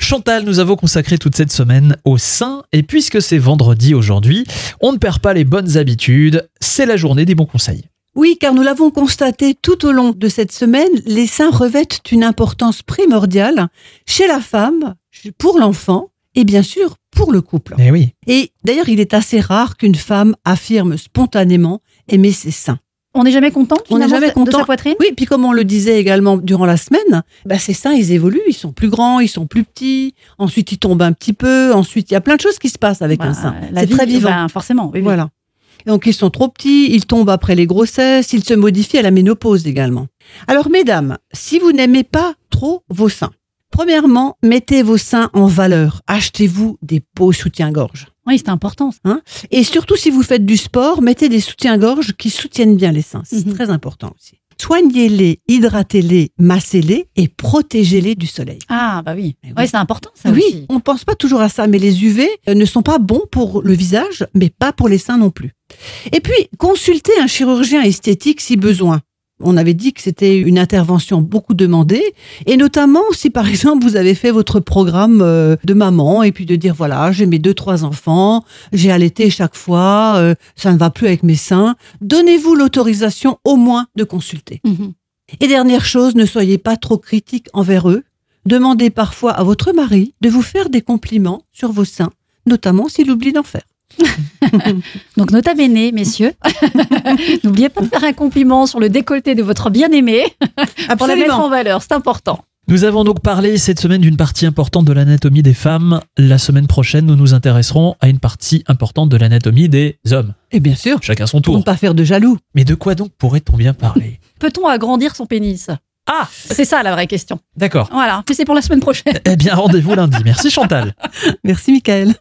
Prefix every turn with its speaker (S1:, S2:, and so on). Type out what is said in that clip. S1: Chantal, nous avons consacré toute cette semaine au sein. Et puisque c'est vendredi aujourd'hui, on ne perd pas les bonnes habitudes. C'est la journée des bons conseils.
S2: Oui, car nous l'avons constaté tout au long de cette semaine, les seins revêtent une importance primordiale chez la femme, pour l'enfant et bien sûr pour le couple.
S1: Eh oui.
S2: Et d'ailleurs, il est assez rare qu'une femme affirme spontanément aimer ses seins.
S3: On n'est jamais content
S2: On n'est
S3: finalement,
S2: jamais
S3: de- de
S2: content.
S3: sa poitrine
S2: Oui, puis comme on le disait également durant la semaine, bah, ces seins, ils évoluent, ils sont plus grands, ils sont plus petits, ensuite ils tombent un petit peu, ensuite il y a plein de choses qui se passent avec
S3: Bah,
S2: un sein.
S3: la
S2: C'est
S3: vie,
S2: très vivant.
S3: bah, forcément, oui, oui.
S2: Voilà. Donc ils sont trop petits, ils tombent après les grossesses, ils se modifient à la ménopause également. Alors mesdames, si vous n'aimez pas trop vos seins, premièrement, mettez vos seins en valeur. Achetez-vous des beaux soutiens-gorge.
S3: Oui, c'est important. ça.
S2: Et surtout si vous faites du sport, mettez des soutiens-gorge qui soutiennent bien les seins. C'est
S3: Mhm.
S2: très important aussi. Soignez-les, hydratez-les, massez-les et protégez-les du soleil.
S3: Ah, bah oui.
S2: Eh oui.
S3: Oui, c'est important, ça
S2: oui,
S3: aussi.
S2: on ne pense pas toujours à ça, mais les UV ne sont pas bons pour le visage, mais pas pour les seins non plus. Et puis, consultez un chirurgien esthétique si besoin. On avait dit que c'était une intervention beaucoup demandée, et notamment si par exemple vous avez fait votre programme euh, de maman et puis de dire voilà j'ai mes deux trois enfants, j'ai allaité chaque fois, euh, ça ne va plus avec mes seins. Donnez-vous l'autorisation au moins de consulter.
S3: Mhm.
S2: Et dernière chose, ne soyez pas trop critique envers eux. Demandez parfois à votre mari de vous faire des compliments sur vos seins, notamment s'il oublie d'en faire.
S3: Donc, nota bene, messieurs. N'oubliez pas de faire un compliment sur le décolleté de votre bien-aimé pour la mettre en valeur. C'est important.
S1: Nous avons donc parlé cette semaine d'une partie importante de l'anatomie des femmes. La semaine prochaine, nous nous intéresserons à une partie importante de l'anatomie des hommes.
S2: Et bien sûr,
S1: Chacun son
S2: pour ne
S1: tour.
S2: pas faire de jaloux.
S1: Mais de quoi donc pourrait-on bien parler
S3: Peut-on agrandir son pénis
S1: Ah
S3: C'est ça la vraie question.
S1: D'accord.
S3: Voilà. Mais c'est pour la semaine prochaine.
S1: Eh bien, rendez-vous lundi. Merci Chantal.
S2: Merci, Michael.